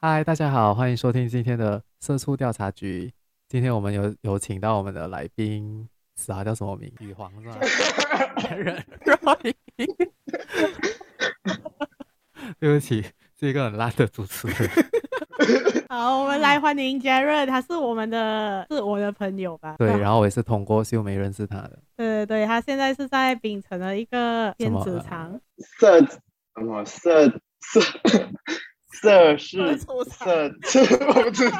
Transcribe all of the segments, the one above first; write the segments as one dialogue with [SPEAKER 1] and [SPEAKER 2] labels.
[SPEAKER 1] 嗨，大家好，欢迎收听今天的社畜调查局。今天我们有有请到我们的来宾，是啊，叫什么名？女皇是吧？ 人 对不起，是一个很烂的主持人。
[SPEAKER 2] 好，我们来欢迎杰瑞，他是我们的，是我的朋友吧？
[SPEAKER 1] 对，
[SPEAKER 2] 啊
[SPEAKER 1] 然后我也是通过秀梅认识他的。
[SPEAKER 2] 对对对，他现在是在秉承的一个
[SPEAKER 1] 什
[SPEAKER 2] 电
[SPEAKER 1] 么
[SPEAKER 2] 子
[SPEAKER 1] 呃
[SPEAKER 2] 厂，
[SPEAKER 3] 色什么色色色是
[SPEAKER 2] 色差
[SPEAKER 3] 色，我不知道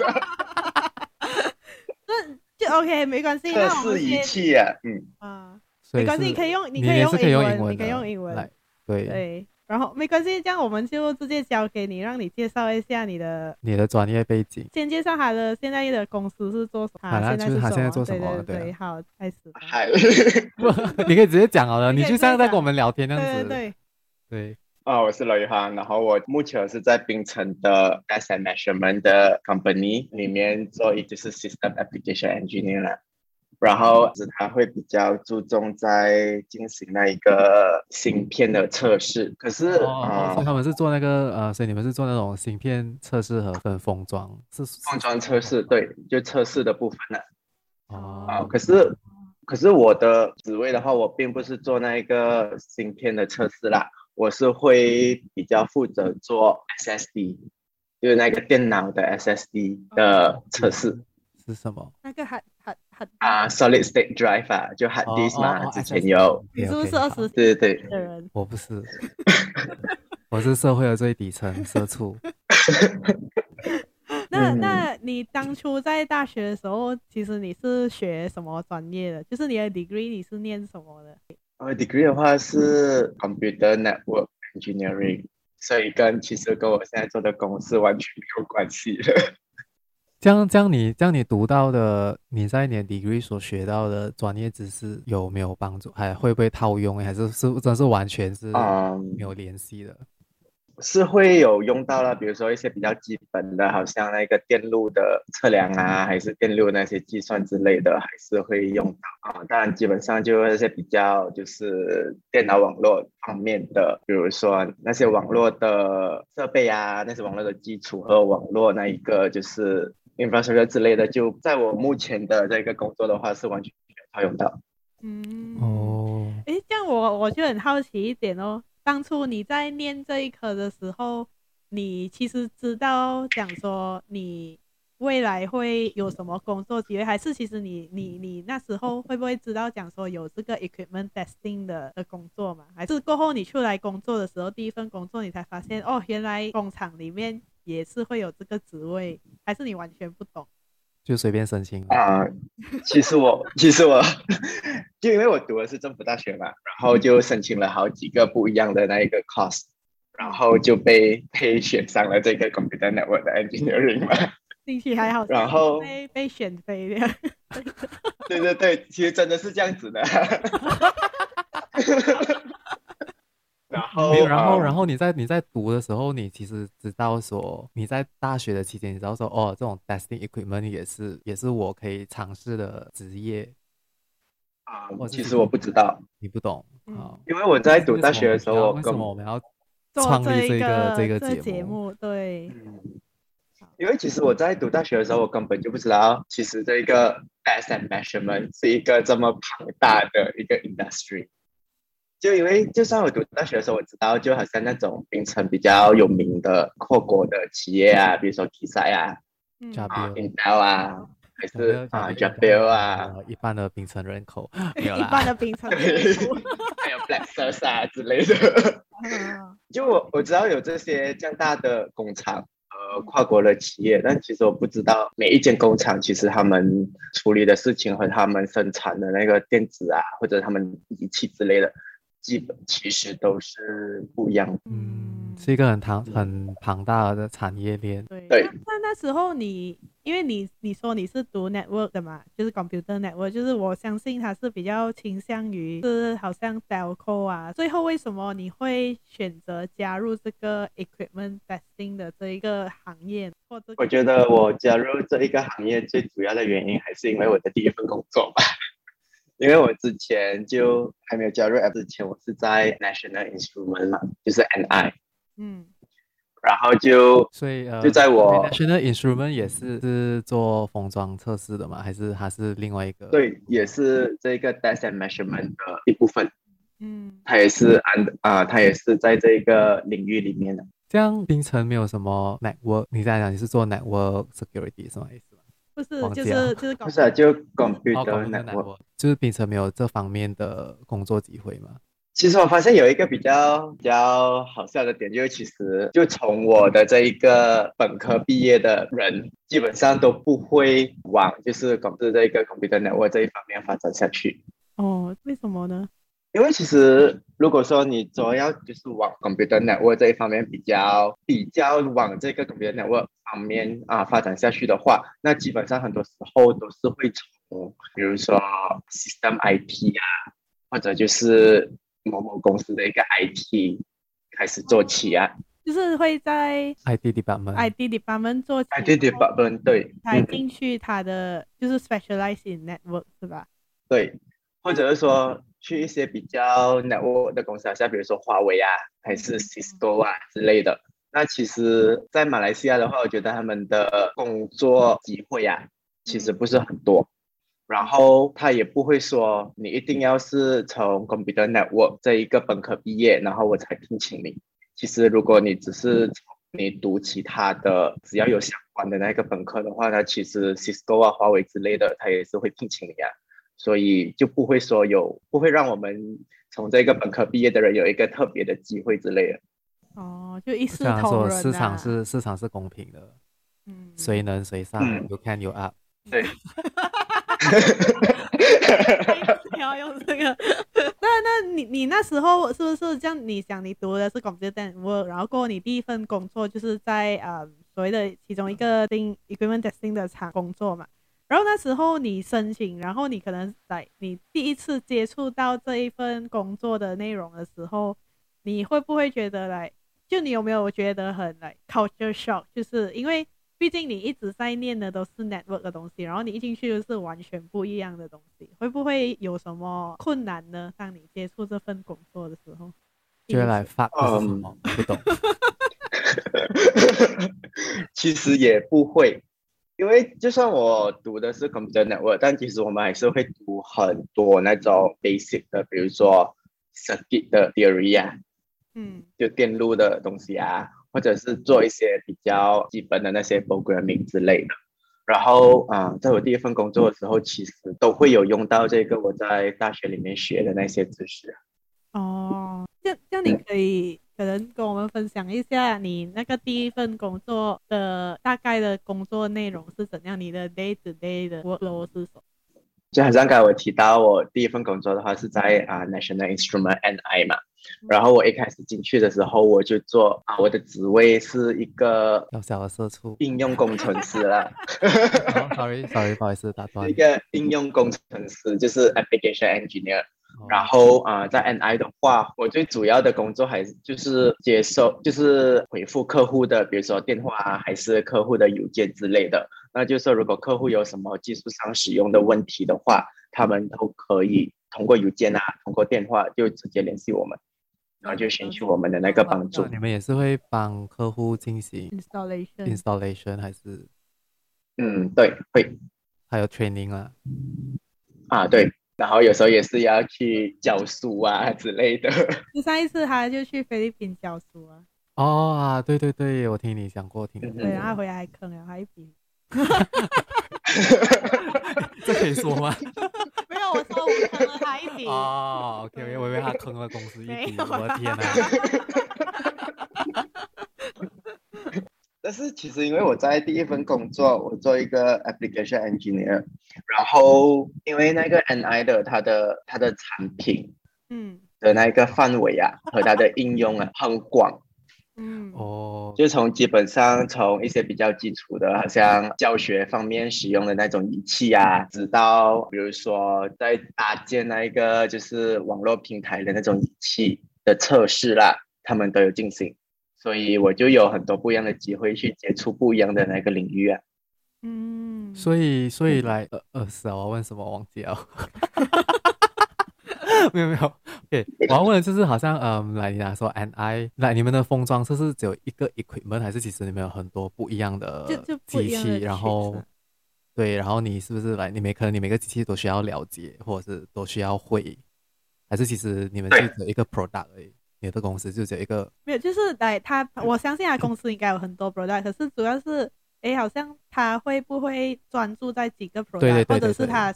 [SPEAKER 2] 就 OK，没关系。
[SPEAKER 3] 测
[SPEAKER 2] 那我们
[SPEAKER 3] 试仪
[SPEAKER 2] 先
[SPEAKER 3] 器啊，嗯，
[SPEAKER 2] 啊，
[SPEAKER 1] 所
[SPEAKER 2] 没
[SPEAKER 1] 以
[SPEAKER 2] 关系，
[SPEAKER 1] 是
[SPEAKER 2] 你可以用，
[SPEAKER 1] 你
[SPEAKER 2] 可以
[SPEAKER 1] 也是可以用
[SPEAKER 2] 英
[SPEAKER 1] 文的，
[SPEAKER 2] 你可以用英文
[SPEAKER 1] 来。，对，
[SPEAKER 2] 对，然后没关系，这样我们就直接交给你，让你介绍一下你的，
[SPEAKER 1] 你的专业背 景。
[SPEAKER 2] 先介绍他的现在的公司是做什么，
[SPEAKER 1] 好啦
[SPEAKER 2] 现在
[SPEAKER 1] 就是他
[SPEAKER 2] 什
[SPEAKER 1] 现在
[SPEAKER 2] 么
[SPEAKER 1] 做什么
[SPEAKER 2] 对
[SPEAKER 1] 对啊
[SPEAKER 2] 对，好，开始吧。
[SPEAKER 3] 海
[SPEAKER 1] 你可以直接讲好了，
[SPEAKER 2] 你
[SPEAKER 1] 你
[SPEAKER 2] 可以
[SPEAKER 1] 就
[SPEAKER 2] 直接
[SPEAKER 1] 像在
[SPEAKER 2] 讲
[SPEAKER 1] 跟我们聊天那样
[SPEAKER 2] 对
[SPEAKER 1] 子。
[SPEAKER 2] 对对，
[SPEAKER 1] 对
[SPEAKER 3] 啊，我是罗宇航，然后我目前是在槟城的 S and Measurement 的 company 里面做，也就是 System Application Engineer 啦。然后是他会比较注重在进行那一个芯片的测试，可是
[SPEAKER 1] 哦，
[SPEAKER 3] 啊
[SPEAKER 1] 所以他们是做那个呃，所以你们是做那种芯片测试和跟封装，是是
[SPEAKER 3] 封装测试，对，就测试的部分呢。啊，
[SPEAKER 1] 哦，
[SPEAKER 3] 可是可是我的职位的话，我并不是做那一个芯片的测试啦，我是会比较负责做 SSD，就是那个电脑的 SSD 的测试
[SPEAKER 1] 是什么？
[SPEAKER 2] 那个很很很，
[SPEAKER 3] 啊，solid state drive 啊，就 hard
[SPEAKER 1] 哦
[SPEAKER 3] disk 嘛，
[SPEAKER 1] 哦哦
[SPEAKER 3] 之
[SPEAKER 1] SSD
[SPEAKER 3] 前有，
[SPEAKER 2] 你
[SPEAKER 1] OK，OK，
[SPEAKER 2] 是不是
[SPEAKER 1] 好
[SPEAKER 2] 二十岁
[SPEAKER 3] 对对对，
[SPEAKER 2] 的人？
[SPEAKER 1] 我不是， 我是社会的最底层社畜。
[SPEAKER 2] 那
[SPEAKER 3] 嗯
[SPEAKER 2] 那你当初在大学的时候，其实你是学什么专业的？就是你的 degree 你是念什么的？
[SPEAKER 3] 我 degree 的话是 computer network engineering，所以跟其实跟我现在做的公司完全没有关系 的。
[SPEAKER 1] 这样这样你这样你读到的，你在你的 degree 所学到的专业知识有没有帮助？还会不会套用？欸还是是真是完全是
[SPEAKER 3] 嗯
[SPEAKER 1] 没有联系的？
[SPEAKER 3] 是会有用到了，比如说一些比较基本的，好像那个电路的测量啊，还是电路那些计算之类啊的，还是会用到啊。当然，基本上就是那些比较就是电脑网络方面的，比如说那些网络的设备啊，那些网络的基础和网络那一个就是 infrastructure 之类的，就在我目前的这个工作的话是完全没有套用到。
[SPEAKER 2] 嗯，，
[SPEAKER 1] 哦，
[SPEAKER 2] 诶，这样我我就很好奇一点哦，当初你在念这一科的时候，你其实知道讲说你未来会有什么工作机会，还是其实你你你那时候会不会知道讲说有这个 equipment testing 的的工作嘛？还是过后你出来工作的时候，第一份工作你才发现哦，原来工厂里面也是会有这个职位，还是你完全不懂？
[SPEAKER 1] 就随便申请。
[SPEAKER 3] 啊、其实我其实我就因为我读的是政府大学嘛，然后就申请了好几个不一样的那一个 course，然后就被被选上了这个 computer network 的 engineering 嘛。
[SPEAKER 2] 兴趣还好，
[SPEAKER 3] 然后
[SPEAKER 2] 被被选飞了。
[SPEAKER 3] 对对对，其实真的是这样子的。 然后呃
[SPEAKER 1] 没有，然后，然
[SPEAKER 3] 后
[SPEAKER 1] 后你在你在读的时候，你其实知道说，你在大学的期间，你知道说，哦，这种 testing equipment 也是也是我可以尝试的职业，
[SPEAKER 3] 啊、
[SPEAKER 1] 我自己
[SPEAKER 3] 其实我不知道，
[SPEAKER 1] 你不懂
[SPEAKER 2] 嗯
[SPEAKER 1] 啊。
[SPEAKER 3] 因为我在读大学的时候，我
[SPEAKER 1] 为什
[SPEAKER 3] 根
[SPEAKER 1] 么
[SPEAKER 3] 本
[SPEAKER 1] 我们要为
[SPEAKER 2] 做
[SPEAKER 1] 什么我们要创立
[SPEAKER 2] 这
[SPEAKER 1] 这
[SPEAKER 2] 一
[SPEAKER 1] 个
[SPEAKER 2] 这
[SPEAKER 1] 这个
[SPEAKER 2] 节
[SPEAKER 1] 节目？
[SPEAKER 2] 目，对，
[SPEAKER 3] 嗯因为其实我在读大学的时候，我根本就不知道，其实这一个 S and measurement 是一个这么庞大的一个 industry。就因为就算我读大学的时候，我知道，就好像那种槟城比较有名的跨国的企业啊，比如说 k i s a 啊、
[SPEAKER 2] 嗯
[SPEAKER 1] 嘉
[SPEAKER 3] 啊、
[SPEAKER 1] 宾
[SPEAKER 3] Intel 啊，还
[SPEAKER 1] 我们要
[SPEAKER 3] 是啊
[SPEAKER 1] 讲呃
[SPEAKER 3] Jabil 啊，，
[SPEAKER 1] 一般的秉承人口没 有
[SPEAKER 2] 啊一
[SPEAKER 1] 啦。
[SPEAKER 2] 般的冰城
[SPEAKER 3] 还有 Black s i r s 啊之类的。
[SPEAKER 2] 啊
[SPEAKER 3] 就我我知道有这些这样大的工厂，呃，跨国的企业，但其实我不知道每一间工厂其实他们处理的事情和他们生产的那个电子啊，或者他们仪器之类的，基本其实都是不一样的。
[SPEAKER 1] 嗯，是一个很庞很庞大的产业链。
[SPEAKER 2] 对。
[SPEAKER 3] 对
[SPEAKER 2] 那那那时候你，因为你你说你是读 network 的嘛，就是 computer network，就是我相信它是比较倾向于是好像 telco 啊。最后为什么你会选择加入这个 equipment testing 的这一个行业？或者
[SPEAKER 3] 我觉得我加入这一个行业最主要的原因还是因为我的第一份工作吧， 因为我之前就还没有加入 App 之前，我是在 National Instrument 嘛，就是 NI，
[SPEAKER 2] 嗯，
[SPEAKER 3] 然后就
[SPEAKER 1] 所以呃，
[SPEAKER 3] 就在我
[SPEAKER 1] National Instrument 也是是做封装测试的嘛，还是它是另外一个？
[SPEAKER 3] 对，也是这个 test and measurement 的一部分，
[SPEAKER 2] 嗯，
[SPEAKER 3] 它也是安啊，它也是在这个领域里面的。
[SPEAKER 1] 这样冰城没有什么 network，你在讲你是做 network security 是吗？意思吗？
[SPEAKER 2] 不是，
[SPEAKER 1] 忘
[SPEAKER 2] 就
[SPEAKER 1] 记了
[SPEAKER 2] 是就是搞
[SPEAKER 3] 不是、啊，就 computer
[SPEAKER 1] 哦，那
[SPEAKER 3] network。
[SPEAKER 1] network 就是冰城没有这方面的工作机会嘛？
[SPEAKER 3] 其实我发现有一个比较比较好笑的点，就是其实就从我的这一个本科毕业的人，基本上都不会往就是搞这这一个 computer network 这一方面发展下去。
[SPEAKER 2] 哦，为什么呢？
[SPEAKER 3] 因为其实如果说你主要就是往 computer network 这一方面比较比较往这个 computer network 方面啊发展下去的话，那基本上很多时候都是会从比如说 system IT 啊，或者就是某某公司的一个 IT 开始做起啊
[SPEAKER 2] 就是会在
[SPEAKER 1] IT department，
[SPEAKER 2] IT department 做起
[SPEAKER 3] ，IT department 对，
[SPEAKER 2] 才
[SPEAKER 3] 嗯
[SPEAKER 2] 进去他的就是 specialize in network 是吧？
[SPEAKER 3] 对，或者是说去一些比较 network 的公司啊，像比如说华为啊，还是 Cisco 啊之类的。那其实，在马来西亚的话，我觉得他们的工作机会啊，其实不是很多。然后他也不会说你一定要是从 computer network 这一个本科毕业，然后我才聘请你。其实如果你只是从你读其他的，只要有相关的那个本科的话，那其实 Cisco 啊、华为之类的，他也是会聘请你啊。所以就不会说有不会让我们从这个本科毕业的人有一个特别的机会之类的。
[SPEAKER 2] 哦，就一视
[SPEAKER 1] 这样
[SPEAKER 2] 同
[SPEAKER 1] 说
[SPEAKER 2] 仁、啊。
[SPEAKER 1] 市场是市场是公平的，
[SPEAKER 2] 嗯，
[SPEAKER 1] 谁 能谁上
[SPEAKER 3] 嗯
[SPEAKER 1] ，you can you up。
[SPEAKER 2] 哎你要用这个？那那你你那时候是不是这样？你想你读的是 computer network，然后过后你第一份工作就是在呃所谓的其中一个定 equipment testing 的厂工作嘛？然后那时候你申请，然后你可能在你第一次接触到这一份工作的内容的时候，你会不会觉得来？就你有没有觉得很来 culture shock？就是因为毕竟你一直在念的都是 network 的东西，然后你一进去就是完全不一样的东西，会不会有什么困难呢？当你接触这份工作的时候，
[SPEAKER 1] 觉得来 fuck 这是什
[SPEAKER 3] 嗯
[SPEAKER 1] 么？不 懂。
[SPEAKER 3] 其实也不会，因为就算我读的是 computer network，但其实我们还是会读很多那种 basic 的，比如说 circuit 的 theory 啊，
[SPEAKER 2] 嗯
[SPEAKER 3] 就电路的东西啊，或者是做一些比较基本的那些 programming 之类的。然后啊、呃在我第一份工作的时候，其实都会有用到这个我在大学里面学的那些知识。
[SPEAKER 2] 哦，这样这样你可以可能跟我们分享一下你那个第一份工作的大概的工作内容是怎样，你的 day to day 的 workload 是什么？
[SPEAKER 3] 就好像刚才我提到，我第一份工作的话是在啊、National Instrument NI 嘛，然后我一开始进去的时候，我就做啊、我的职位是一个
[SPEAKER 1] 小小的社畜。
[SPEAKER 3] 应用工程师啦。
[SPEAKER 1] 哦 sorry sorry，不好意思打断
[SPEAKER 3] 一。个应用工程师，就是 application engineer。
[SPEAKER 1] 哦
[SPEAKER 3] 然后啊、呃在 NI 的话，我最主要的工作还是就是接收，就是回复客户的，比如说电话啊，还是客户的邮件之类的。那就是说，如果客户有什么技术上使用的问题的话，他们都可以通过邮件啊，通过电话就直接联系我们，然后就寻求我们的那个帮助
[SPEAKER 1] 哦那。你们也是会帮客户进行
[SPEAKER 2] installation
[SPEAKER 1] installation 还是
[SPEAKER 3] 嗯，对，会。
[SPEAKER 1] 还有 training 啊？
[SPEAKER 3] 嗯啊，对，然后有时候也是要去教书啊之类的。
[SPEAKER 2] 你上一次他就去菲律宾教书啊，
[SPEAKER 1] 哦啊，对对对，我听你讲过，听你讲
[SPEAKER 3] 嗯
[SPEAKER 1] 过
[SPEAKER 2] 对，啊然后他回来还坑了他一笔。
[SPEAKER 1] 这可以说吗？
[SPEAKER 2] 没有，我说我坑了他一笔。
[SPEAKER 1] 哦，OK，我以为他坑了公司一
[SPEAKER 2] 没
[SPEAKER 1] 笔，
[SPEAKER 2] 有
[SPEAKER 1] 我的
[SPEAKER 2] 啦
[SPEAKER 1] 天 哪！
[SPEAKER 3] 但是其实因为我在第一份工作，我做一个 application engineer，然后因为那个 NI 的它的它的产品
[SPEAKER 2] 嗯
[SPEAKER 3] 的那个范围啊和它的应用啊很广，
[SPEAKER 2] 嗯
[SPEAKER 1] 哦，
[SPEAKER 3] 就从基本上从一些比较基础的，好像教学方面使用的那种仪器啊，直到比如说在搭建那一个就是网络平台的那种仪器的测试啦，他们都有进行，所以我就有很多不一样的机会去接触不一样的那个领域啊。
[SPEAKER 2] 嗯，
[SPEAKER 3] 嗯
[SPEAKER 1] 所以所以来呃呃，是啊，我要问什么忘记了。 没有没有，OK，我要问的就是好像嗯，莱尼达说，and I，来你们的封装是不是只有一个 equipment，还是其实你们有很多不一样的
[SPEAKER 2] 就就不
[SPEAKER 1] 机
[SPEAKER 2] 一样的
[SPEAKER 1] 器？然
[SPEAKER 2] chips
[SPEAKER 1] 后
[SPEAKER 2] 啊
[SPEAKER 1] 对，然后你是不是来你每可能你每个机器都需要了解，或者是都需要会，还是其实你们就
[SPEAKER 3] 对
[SPEAKER 1] 只有一个 product 而已？你的公司就只有一个
[SPEAKER 2] 没有，就是来他，我相信他公司应该有很多 product，可是主要是，诶，好像他会不会专注在几个 product，
[SPEAKER 1] 对对对
[SPEAKER 2] 或者
[SPEAKER 1] 对
[SPEAKER 2] 是他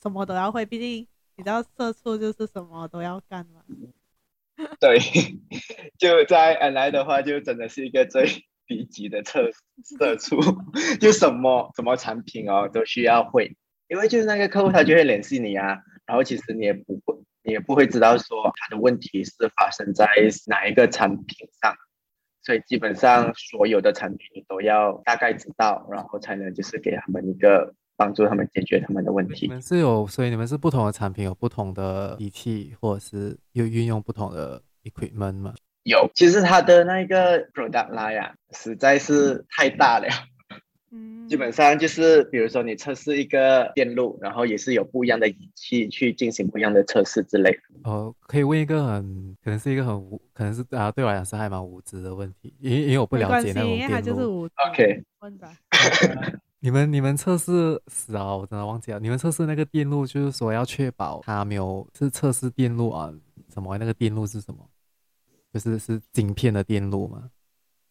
[SPEAKER 2] 什么都要会，毕竟你知道社畜就是什么都要干嘛。
[SPEAKER 3] 对， 就在 N I 的话，就真的是一个最低级的测测出，就什么什么产品哦都需要会，因为就是那个客户他就会联系你啊，然后其实你也不会，你也不会知道说他的问题是发生在哪一个产品上，所以基本上所有的产品你都要大概知道，然后才能就是给他们一个帮助他们解决他们的问
[SPEAKER 1] 你
[SPEAKER 3] 题。
[SPEAKER 1] 们是有，所以你们是不同的产品有不同的仪器，或者是又运用不同的 equipment 吗？
[SPEAKER 3] 有，其实他的那个 product line 啊，实在是太大了。
[SPEAKER 2] 嗯，
[SPEAKER 3] 基本上就是，比如说你测试一个电路，然后也是有不一样的仪器去进行不一样的测试之类的。
[SPEAKER 1] 哦，可以问一个很，可能是一个很无，可能是啊，对我来讲是还蛮无知的问题，因为因为我不
[SPEAKER 2] 没
[SPEAKER 1] 了
[SPEAKER 2] 关
[SPEAKER 1] 解
[SPEAKER 2] 系，
[SPEAKER 1] 那种
[SPEAKER 2] 因为他
[SPEAKER 1] 电
[SPEAKER 2] 就是
[SPEAKER 1] 路。
[SPEAKER 2] 五
[SPEAKER 3] OK，
[SPEAKER 2] 问吧。
[SPEAKER 1] 你们你们测试死啊，我真的忘记了。你们测试那个电路，就是说要确保它没有是测试电路啊，什么那个电路是什么？就是是晶片的电路吗？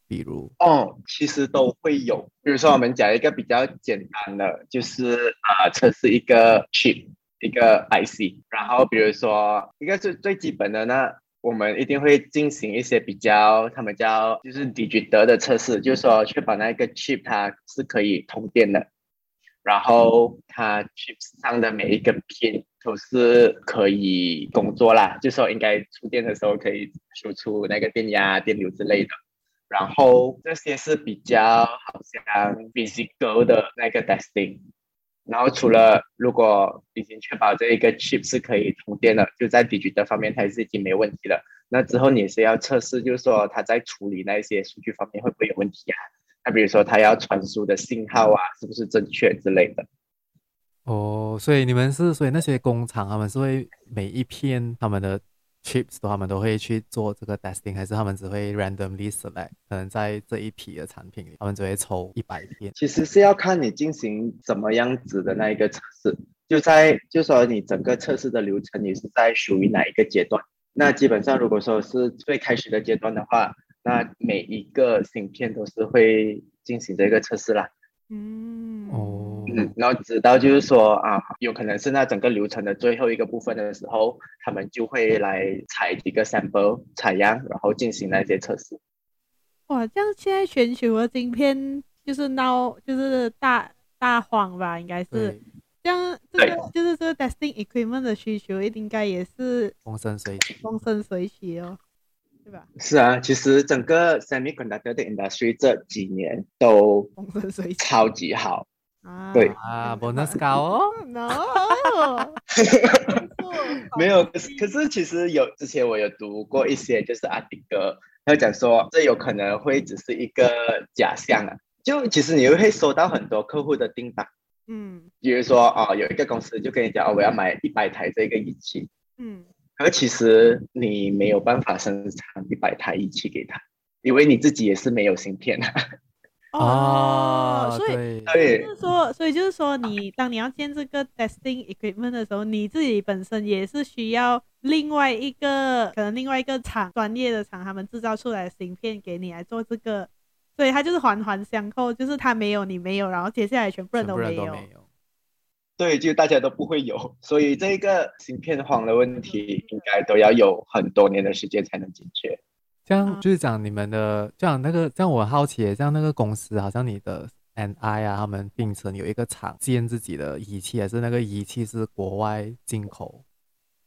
[SPEAKER 1] 比如
[SPEAKER 3] 哦，其实都会有。比如说我们讲一个比较简单的，就是啊、呃测试一个 chip，一个 IC，然后比如说一个最最基本的呢。我们一定会进行一些比较，他们叫就是 digital 的测试，就是说确保那个 chip 它是可以通电的，然后它 chip 上的每一个 pin 都是可以工作啦，就说应该触电的时候可以输出那个电压、电流之类的。然后这些是比较好像 physical 的那个 testing。然后除了如果已经确保这一个 chip 是可以通电了，就在 digital 方面它是已经没问题了。那之后你也是要测试，就是说它在处理那一些数据方面会不会有问题啊？那比如说它要传输的信号啊，是不是正确之类的？
[SPEAKER 1] 哦，所以你们是，所以那些工厂他们是会每一片他们的 chips 都他们都会去做这个 testing，还是他们只会 randomly select？可能在这一批的产品里，他们只会抽一百片。
[SPEAKER 3] 其实是要看你进行怎么样子的那一个测试，就在就说你整个测试的流程你是在属于哪一个阶段。那基本上如果说是最开始的阶段的话，那每一个芯片都是会进行这个测试啦。
[SPEAKER 2] 嗯，
[SPEAKER 1] 哦
[SPEAKER 3] 嗯，然后直到就是说啊，有可能是那整个流程的最后一个部分的时候，他们就会来采几个 sample 采样，然后进行那些测试。
[SPEAKER 2] 哇，这样现在全球的晶片就是闹，就是大大荒吧，应该是。
[SPEAKER 1] 对，
[SPEAKER 2] 这样，这个就是这个 testing equipment 的需求，应该也是
[SPEAKER 1] 风生水起。
[SPEAKER 2] 风生水起哦，对吧？
[SPEAKER 3] 是啊，其实整个 semiconductor 的 industry 这几年都
[SPEAKER 2] 风生水起
[SPEAKER 3] 超级好，
[SPEAKER 2] 啊！
[SPEAKER 3] 对
[SPEAKER 1] 啊，bonus 高 哦！
[SPEAKER 2] ，no，
[SPEAKER 3] 没有，可是可是其实有之前我有读过一些就是阿迪哥，他讲说这有可能会只是一个假象啊，就其实你会收到很多客户的订单，
[SPEAKER 2] 嗯
[SPEAKER 3] 比如说哦，有一个公司就跟你讲哦，我要买一百台这个仪器，
[SPEAKER 2] 嗯，
[SPEAKER 3] 而其实你没有办法生产一百台仪器给他，因为你自己也是没有芯片啊，
[SPEAKER 2] 哦，所以
[SPEAKER 1] 啊对，
[SPEAKER 3] 对
[SPEAKER 2] 就是说，所以就是说你，当你要建这个 testing equipment 的时候，你自己本身也是需要另外一个可能另外一个厂专业的厂，他们制造出来的芯片给你来做这个，所以它就是环环相扣，就是它没有你没有，然后接下来全部人
[SPEAKER 1] 全
[SPEAKER 2] 都
[SPEAKER 1] 部人
[SPEAKER 2] 没
[SPEAKER 1] 都
[SPEAKER 2] 有。
[SPEAKER 1] 没有。
[SPEAKER 3] 对，就大家都不会有，所以这个芯片荒的问题应该都要有很多年的时间才能解决。
[SPEAKER 1] 这
[SPEAKER 2] 啊
[SPEAKER 1] 样
[SPEAKER 3] 嗯
[SPEAKER 1] 就是讲你们的，这样那个，这样我好奇耶，这样那个公司好像你的 N I 啊，他们并成有一个厂建自己的仪器，还是那个仪器是国外进口？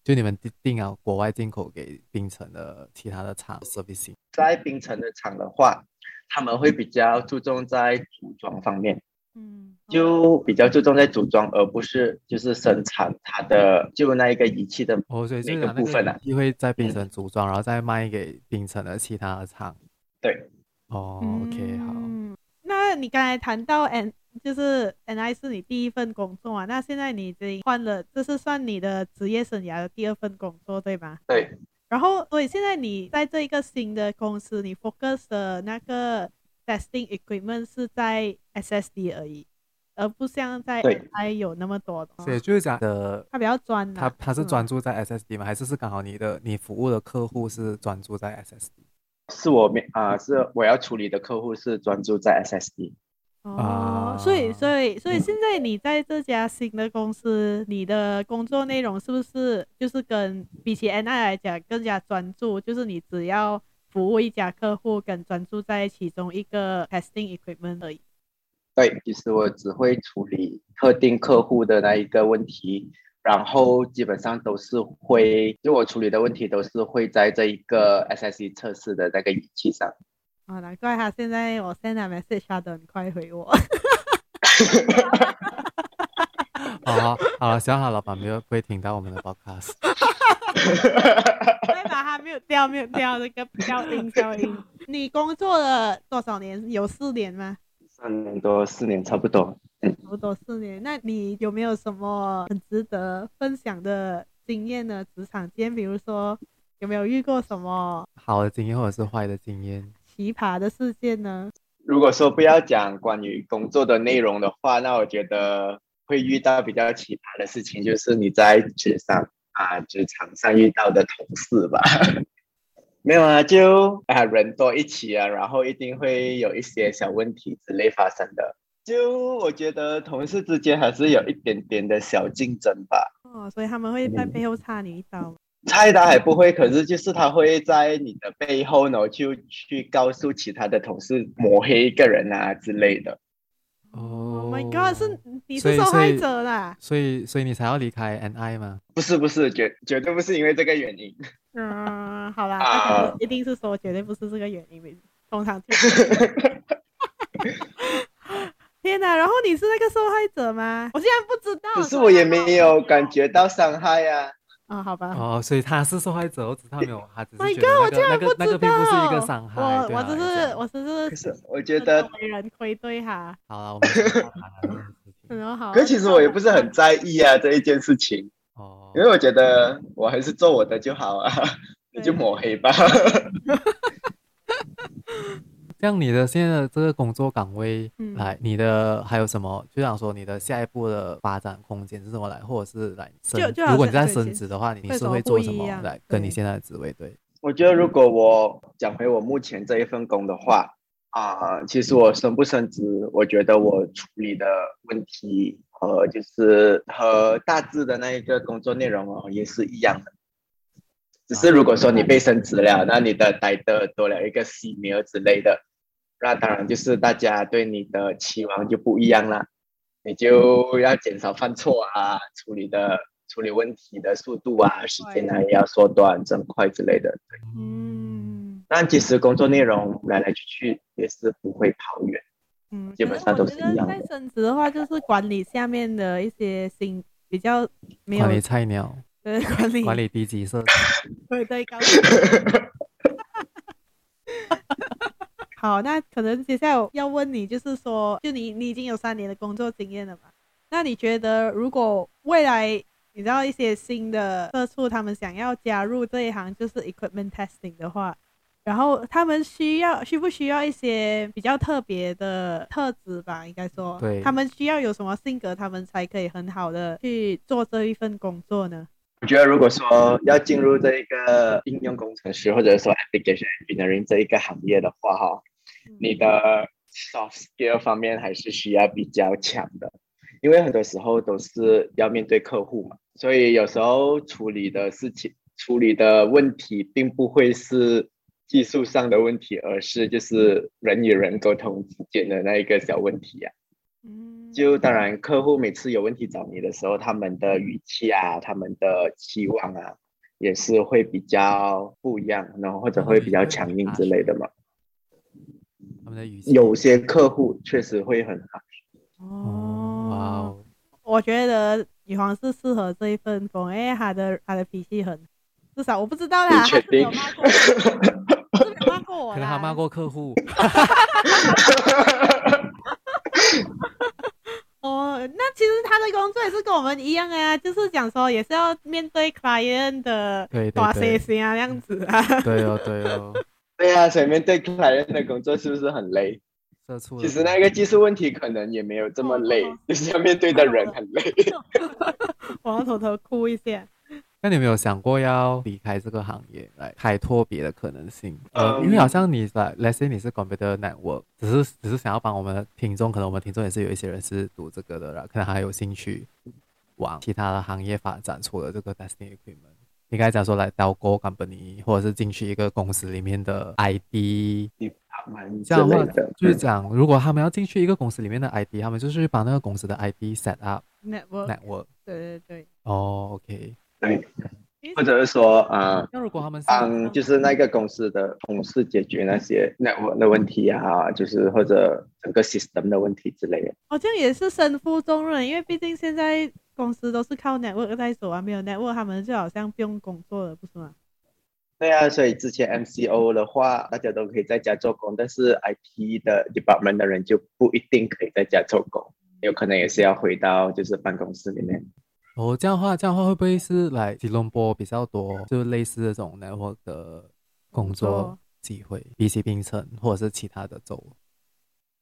[SPEAKER 1] 就你们定定啊，国外进口给并成的其他的厂 servicing。
[SPEAKER 3] 在冰城的厂的话，他们会比较注重在组装方面，
[SPEAKER 2] 嗯，
[SPEAKER 3] 就比较注重在组装，而不是就是生产它的就那一个仪器的。
[SPEAKER 1] 哦，所以就是
[SPEAKER 3] 哪个
[SPEAKER 1] 拿
[SPEAKER 3] 部分
[SPEAKER 1] 那
[SPEAKER 3] 啊
[SPEAKER 1] 个仪器会在并成组装，然后再卖给并成的其他的厂。
[SPEAKER 3] 对，
[SPEAKER 2] 嗯
[SPEAKER 1] 哦，OK，好。
[SPEAKER 2] 嗯那你刚才谈到 N 就是 NI 是你第一份工作嘛，那现在你已经换了，这是算你的职业生涯的第二份工作对吧？
[SPEAKER 3] 对，
[SPEAKER 2] 然后，所以现在你在这一个新的公司，你 focus 的那个 testing equipment 是在 SSD 而已，而不像在
[SPEAKER 3] 对
[SPEAKER 2] NI 有那么多的哦。
[SPEAKER 1] 所以就是讲的，
[SPEAKER 2] 它比较专啊啦
[SPEAKER 1] 他他是
[SPEAKER 3] 嗯
[SPEAKER 2] 吗
[SPEAKER 1] 专注在 SSD 吗？还是是刚好你的你服务的客户是专注在 SSD
[SPEAKER 3] 是我面啊、是我要处理的客户是专注在 SSD。
[SPEAKER 2] 哦，所以
[SPEAKER 1] 啊
[SPEAKER 2] 所以所以现在你在这家新的公司，你的工作内容是不是就是跟比起 NI 来讲更加专注？就是你只要服务一家客户，跟专注在其中一个 testing equipment 而已。
[SPEAKER 3] 对，其实我只会处理特定客户的那一个问题，然后基本上都是会，就我处理的问题都是会在这一个 SSD 测试的那个仪器上。
[SPEAKER 2] 哦，难怪他现在我 send 他 message，他都很快回我。
[SPEAKER 1] 啊？好了，小好老板没有不会听到我们的 podcast。
[SPEAKER 2] 对吧？他没有掉，没有掉这个掉音消音。你工作了多少年？有四年吗？
[SPEAKER 3] 三年多四年差不多，
[SPEAKER 2] 差不多四年。那你有没有什么很值得分享的经验呢？职场间，比如说有没有遇过什么
[SPEAKER 1] 好的经验或者是坏的经验，
[SPEAKER 2] 奇葩的事件呢？
[SPEAKER 3] 如果说不要讲关于工作的内容的话，那我觉得会遇到比较奇葩的事情，就是你在职场啊职场上遇到的同事吧。 没有啊，就啊人多一起啊，然后一定会有一些小问题之类发生的。就我觉得同事之间还是有一点点的小竞争吧。
[SPEAKER 2] 哦，所以他们会在背后插你一刀。
[SPEAKER 3] 猜他还不会，可是就是他会在你的背后呢，就去告诉其他的同事抹黑一个人啊之类的。
[SPEAKER 1] 哦
[SPEAKER 2] Oh my god！是你
[SPEAKER 1] 所
[SPEAKER 2] 是
[SPEAKER 1] 以
[SPEAKER 2] 受
[SPEAKER 1] 所
[SPEAKER 2] 害
[SPEAKER 1] 以
[SPEAKER 2] 者啦。
[SPEAKER 1] 所以所以你才要离开 NI 吗？
[SPEAKER 3] 不是不是，绝绝对不是因为这个原因。
[SPEAKER 2] 嗯，好啦，
[SPEAKER 3] 啊
[SPEAKER 2] 那肯定一定是说绝对不是这个原因，没通常 听。天哪！然后你是那个受害者吗？我竟然不知道。
[SPEAKER 3] 可是我也没有感觉到伤害啊。
[SPEAKER 2] 啊、好吧。
[SPEAKER 1] 哦，所以他是受害者，我只是他没有， 他只
[SPEAKER 2] My
[SPEAKER 1] 是觉得那
[SPEAKER 2] God，我竟
[SPEAKER 1] 个那
[SPEAKER 2] 然
[SPEAKER 1] 个
[SPEAKER 2] 知道。
[SPEAKER 1] 那个并不是一个伤害。对啊
[SPEAKER 2] 我
[SPEAKER 1] 他
[SPEAKER 2] 我
[SPEAKER 1] 来
[SPEAKER 2] 只是
[SPEAKER 1] 讲
[SPEAKER 2] 我只
[SPEAKER 3] 可
[SPEAKER 2] 是
[SPEAKER 3] 是我觉
[SPEAKER 2] 觉
[SPEAKER 3] 得，
[SPEAKER 2] 为人愧对哈，
[SPEAKER 1] 好了，我们先不谈这件事情
[SPEAKER 2] 然后好。
[SPEAKER 3] 可是其实我也不是很在意啊这一件事情，
[SPEAKER 1] 哦
[SPEAKER 3] 因为我觉得我还是做我的就好啊，
[SPEAKER 2] 对
[SPEAKER 3] 你就抹黑吧。
[SPEAKER 1] 像你的现在的这个工作岗位，
[SPEAKER 2] 嗯
[SPEAKER 1] 来你的还有什么？就想说你的下一步的发展空间是什么来，或者是来升
[SPEAKER 2] 就就好像
[SPEAKER 1] 如果你在
[SPEAKER 2] 对
[SPEAKER 1] 升
[SPEAKER 2] 其实
[SPEAKER 1] 职的话，你
[SPEAKER 2] 为什
[SPEAKER 1] 是
[SPEAKER 2] 么
[SPEAKER 1] 会
[SPEAKER 2] 不
[SPEAKER 1] 做什
[SPEAKER 2] 一
[SPEAKER 1] 么
[SPEAKER 2] 样
[SPEAKER 1] 来跟你
[SPEAKER 2] 对
[SPEAKER 1] 现在的职位对？
[SPEAKER 3] 我觉得如果我讲回我目前这一份工的话，啊、其实我升不升职，我觉得我处理的问题和就是和大致的那一个工作内容哦也是一样的。只是如果说你被升职了，那你的待的多了一个 senior 之类的，那当然就是大家对你的期望就不一样啦。你就要减少犯错啊，处理的处理问题的速度啊，时间啊也要缩短、增快之类的。
[SPEAKER 2] 嗯
[SPEAKER 3] 但其实工作内容来来去去也是不会跑远。
[SPEAKER 2] 嗯，
[SPEAKER 3] 基本上都是一样的
[SPEAKER 2] 可我觉得在升职的话，就是管理下面的一些新比较没有
[SPEAKER 1] 管理菜鸟，
[SPEAKER 2] 对管
[SPEAKER 3] 哎
[SPEAKER 2] 理
[SPEAKER 1] 管理低级 社，
[SPEAKER 2] 对对，高 好，那可能接下来我要问你，就是说，就你你已经有三年的工作经验了嘛？那你觉得如果未来你知道一些新的社畜，他们想要加入这一行，就是 equipment testing 的话，然后他们需要需不需要一些比较特别的特质吧？应该说，
[SPEAKER 1] 对
[SPEAKER 2] 他们需要有什么性格，他们才可以很好的去做这一份工作呢？
[SPEAKER 3] 我觉得如果说要进入这一个应用工程师或者说 application engineering 这一个行业的话，哈，你的 soft skill 方面还是需要比较强的，因为很多时候都是要面对客户嘛，所以有时候处理的事情、处理的问题，并不会是技术上的问题，而是就是人与人沟通之间的那一个小问题啊。
[SPEAKER 2] 嗯，
[SPEAKER 3] 就当然，客户每次有问题找你的时候，他们的语气啊，他们的期望啊，也是会比较不一样，然后或者会比较强硬之类的 嘛。
[SPEAKER 1] 他们的语气
[SPEAKER 3] 有些客户确实会很好，
[SPEAKER 1] 哦哇
[SPEAKER 2] 哦，
[SPEAKER 1] 哦，
[SPEAKER 2] 我觉得女皇是适合这一份工，因为她的她的脾气很，至少我不知道啦，
[SPEAKER 3] 你
[SPEAKER 2] 她
[SPEAKER 3] 确
[SPEAKER 2] 是没有
[SPEAKER 3] 定
[SPEAKER 2] 骂过我，
[SPEAKER 1] 可
[SPEAKER 2] 是没有骂过我
[SPEAKER 1] 能
[SPEAKER 2] 啦，
[SPEAKER 1] 他骂过客户，
[SPEAKER 2] 呃，那其实他的工作也是跟我们一样啊，就是讲说也是要面对 client 的
[SPEAKER 1] 对
[SPEAKER 2] 大
[SPEAKER 1] 对对，
[SPEAKER 2] 些些啊，这样子啊。
[SPEAKER 1] 对哦对哦，
[SPEAKER 3] 对呀、所以面对 client 的工作是不是很累？
[SPEAKER 1] 社畜的
[SPEAKER 3] 其实那个技术问题可能也没有这么累
[SPEAKER 2] 哦哦，
[SPEAKER 3] 就是要面对的人很累。
[SPEAKER 2] 我要偷偷哭一下。
[SPEAKER 1] 那你有没有想过要离开这个行业，来开拓别的可能性？呃，
[SPEAKER 3] 嗯
[SPEAKER 1] 因为好像你来，let's say 你是 computer network，只是只是想要帮我们的听众，可能我们听众也是有一些人是读这个的啦，可能还有兴趣往其他的行业发展，除了这个 testing equipment。你刚才讲说来到 Go company，或者是进去一个公司里面的 ID，这
[SPEAKER 3] 之
[SPEAKER 1] 样的
[SPEAKER 3] 类
[SPEAKER 1] 话
[SPEAKER 3] 的，嗯
[SPEAKER 1] 就是讲，如果他们要进去一个公司里面的 ID，他们就是把那个公司的 ID set up
[SPEAKER 2] Network，
[SPEAKER 1] network。
[SPEAKER 2] 对对对。
[SPEAKER 1] 哦，OK。
[SPEAKER 3] 对，
[SPEAKER 2] 其实
[SPEAKER 3] 或者是说呃，
[SPEAKER 1] 那如果他们是
[SPEAKER 3] 帮就是那个公司的同事解决那些 network 的问题啊，就是或者整个 system 的问题之类的。
[SPEAKER 2] 好像也是身负重任，因为毕竟现在公司都是靠 network 在走啊，没有 network 他们就好像不用工作了，不是吗？
[SPEAKER 3] 对啊，所以之前 MCO 的话，大家都可以在家做工，但是 IT 的 department 的人就不一定可以在家做工，有可能也是要回到就是办公室里面。
[SPEAKER 1] 哦，这样的话，这样的话会不会是来吉隆坡比较多，就类似这种 network 的工作
[SPEAKER 2] 作
[SPEAKER 1] 机会，比起槟城或者是其他的州？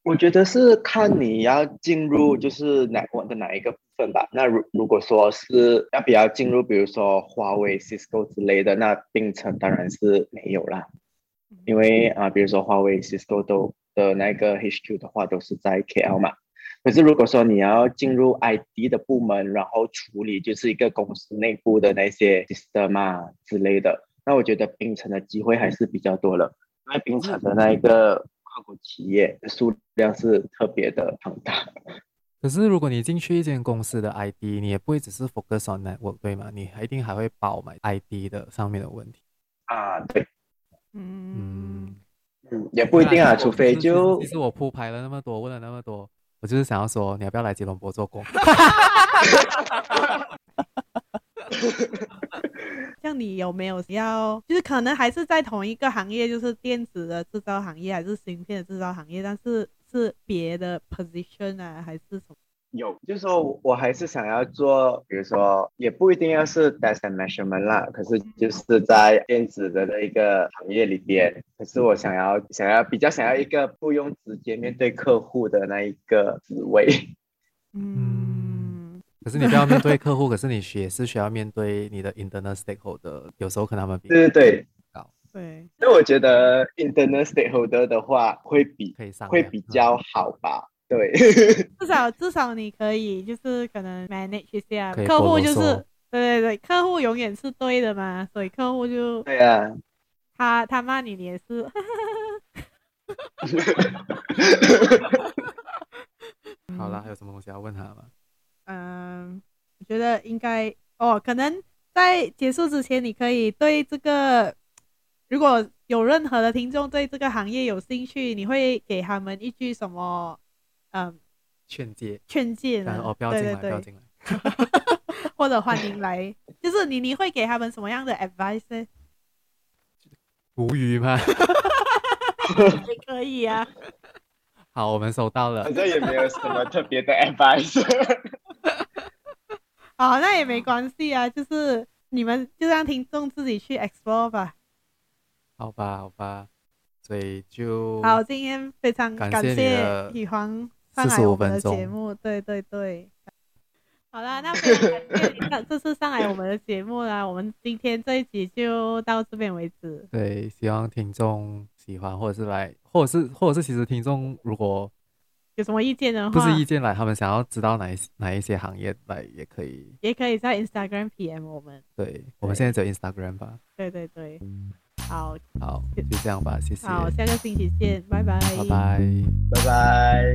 [SPEAKER 3] 我觉得是看你要进入就是哪我的哪一个部分吧。那如如果说是要比较进入，比如说华为、Cisco 之类的，那槟城当然是没有啦，因为啊、比如说华为、Cisco 都的那个 HQ 的话，都是在 KL 嘛。可是如果说你要进入 ID 的部门，然后处理就是一个公司内部的那些 system 啊之类的，那我觉得槟城的机会还是比较多了。因为槟城的那一个跨国企业的数量是特别的庞大。
[SPEAKER 1] 可是如果你进去一间公司的 ID，你也不会只是 focus on network 对吗？你还一定还会包埋 ID 的上面的问题。
[SPEAKER 3] 啊，对，
[SPEAKER 1] 嗯
[SPEAKER 2] 嗯，，
[SPEAKER 3] 嗯，也不一定啊，
[SPEAKER 1] 其实
[SPEAKER 3] 除
[SPEAKER 1] 我
[SPEAKER 3] 非
[SPEAKER 1] 其实
[SPEAKER 3] 就
[SPEAKER 1] 其实我铺排了那么多，问了那么多，我就是想要说，你要不要来吉隆坡做工？
[SPEAKER 2] 像你有没有要，就是可能还是在同一个行业，就是电子的制造行业还是芯片的制造行业，但是是别的 position 啊，还是什么？
[SPEAKER 3] 有，就是说我还是想要做，比如说也不一定要是 test and measurement 啦，可是就是在电子的那一个行业里边，可是我想要想要比较想要一个不用直接面对客户的那一个职位。
[SPEAKER 1] 嗯
[SPEAKER 2] 嗯，
[SPEAKER 1] 可是你不要面对客户，可是你也是需要面对你的 internal stakeholder，有时候可能他们比
[SPEAKER 3] 对对对，
[SPEAKER 2] 对，
[SPEAKER 3] 那我觉得 internal stakeholder 的话会比
[SPEAKER 1] 可以啊商量
[SPEAKER 3] 会比较好吧？对。
[SPEAKER 2] 至少至少你可以就是可能 manage 一下
[SPEAKER 1] 可以
[SPEAKER 2] 客户，就
[SPEAKER 1] follow
[SPEAKER 2] 是对对对，客户永远是对的嘛，所以客户就
[SPEAKER 3] 对啊，
[SPEAKER 2] 他他骂你，你也是
[SPEAKER 1] 嗯
[SPEAKER 3] 嗯
[SPEAKER 1] 好啦，还有什么东西要问他吗？
[SPEAKER 2] 嗯，我觉得应该哦，可能在结束之前，你可以对这个，如果有任何的听众对这个行业有兴趣，你会给他们一句什么？嗯，
[SPEAKER 1] 劝诫，
[SPEAKER 2] 劝诫
[SPEAKER 3] 啊
[SPEAKER 1] 然
[SPEAKER 2] 呢？
[SPEAKER 1] 后哦，不要
[SPEAKER 2] 对
[SPEAKER 1] 进
[SPEAKER 2] 对
[SPEAKER 1] 来，不要
[SPEAKER 2] 对，
[SPEAKER 1] 进来。
[SPEAKER 2] 或者欢迎来，就是你你会给他们什么样的 advice 呢？
[SPEAKER 1] 无语吗？
[SPEAKER 2] 也可以啊，
[SPEAKER 1] 好，我们收到了
[SPEAKER 3] 反。正也没有什么特别的 advice。
[SPEAKER 2] 哦，那也没关系啊，就是你们就让听众自己去 explore 吧。
[SPEAKER 1] 好吧，好吧，所以就
[SPEAKER 2] 好，今天非常
[SPEAKER 1] 感
[SPEAKER 2] 感
[SPEAKER 1] 谢你
[SPEAKER 2] 谢
[SPEAKER 1] 的
[SPEAKER 2] 宇皇上来我们的节目，对对对。好啦，那非常感谢 你上这次上来我们的节目啦，我们今天这一集就到这边为止。
[SPEAKER 1] 对，希望听众喜欢，或者是来，或者是或者是其实听众如果
[SPEAKER 2] 有什么意见的
[SPEAKER 1] 不
[SPEAKER 2] 话，
[SPEAKER 1] 是意见来，他们想要知道哪一哪一些行业来也可以。
[SPEAKER 2] 也可以在 Instagram PM 我们。
[SPEAKER 1] 对，我们现在只有 Instagram 吧。
[SPEAKER 2] 对对对，好
[SPEAKER 1] 嗯好，就这样吧，谢谢，
[SPEAKER 2] 好，下个星期见，拜拜
[SPEAKER 1] 拜拜。
[SPEAKER 3] 拜拜。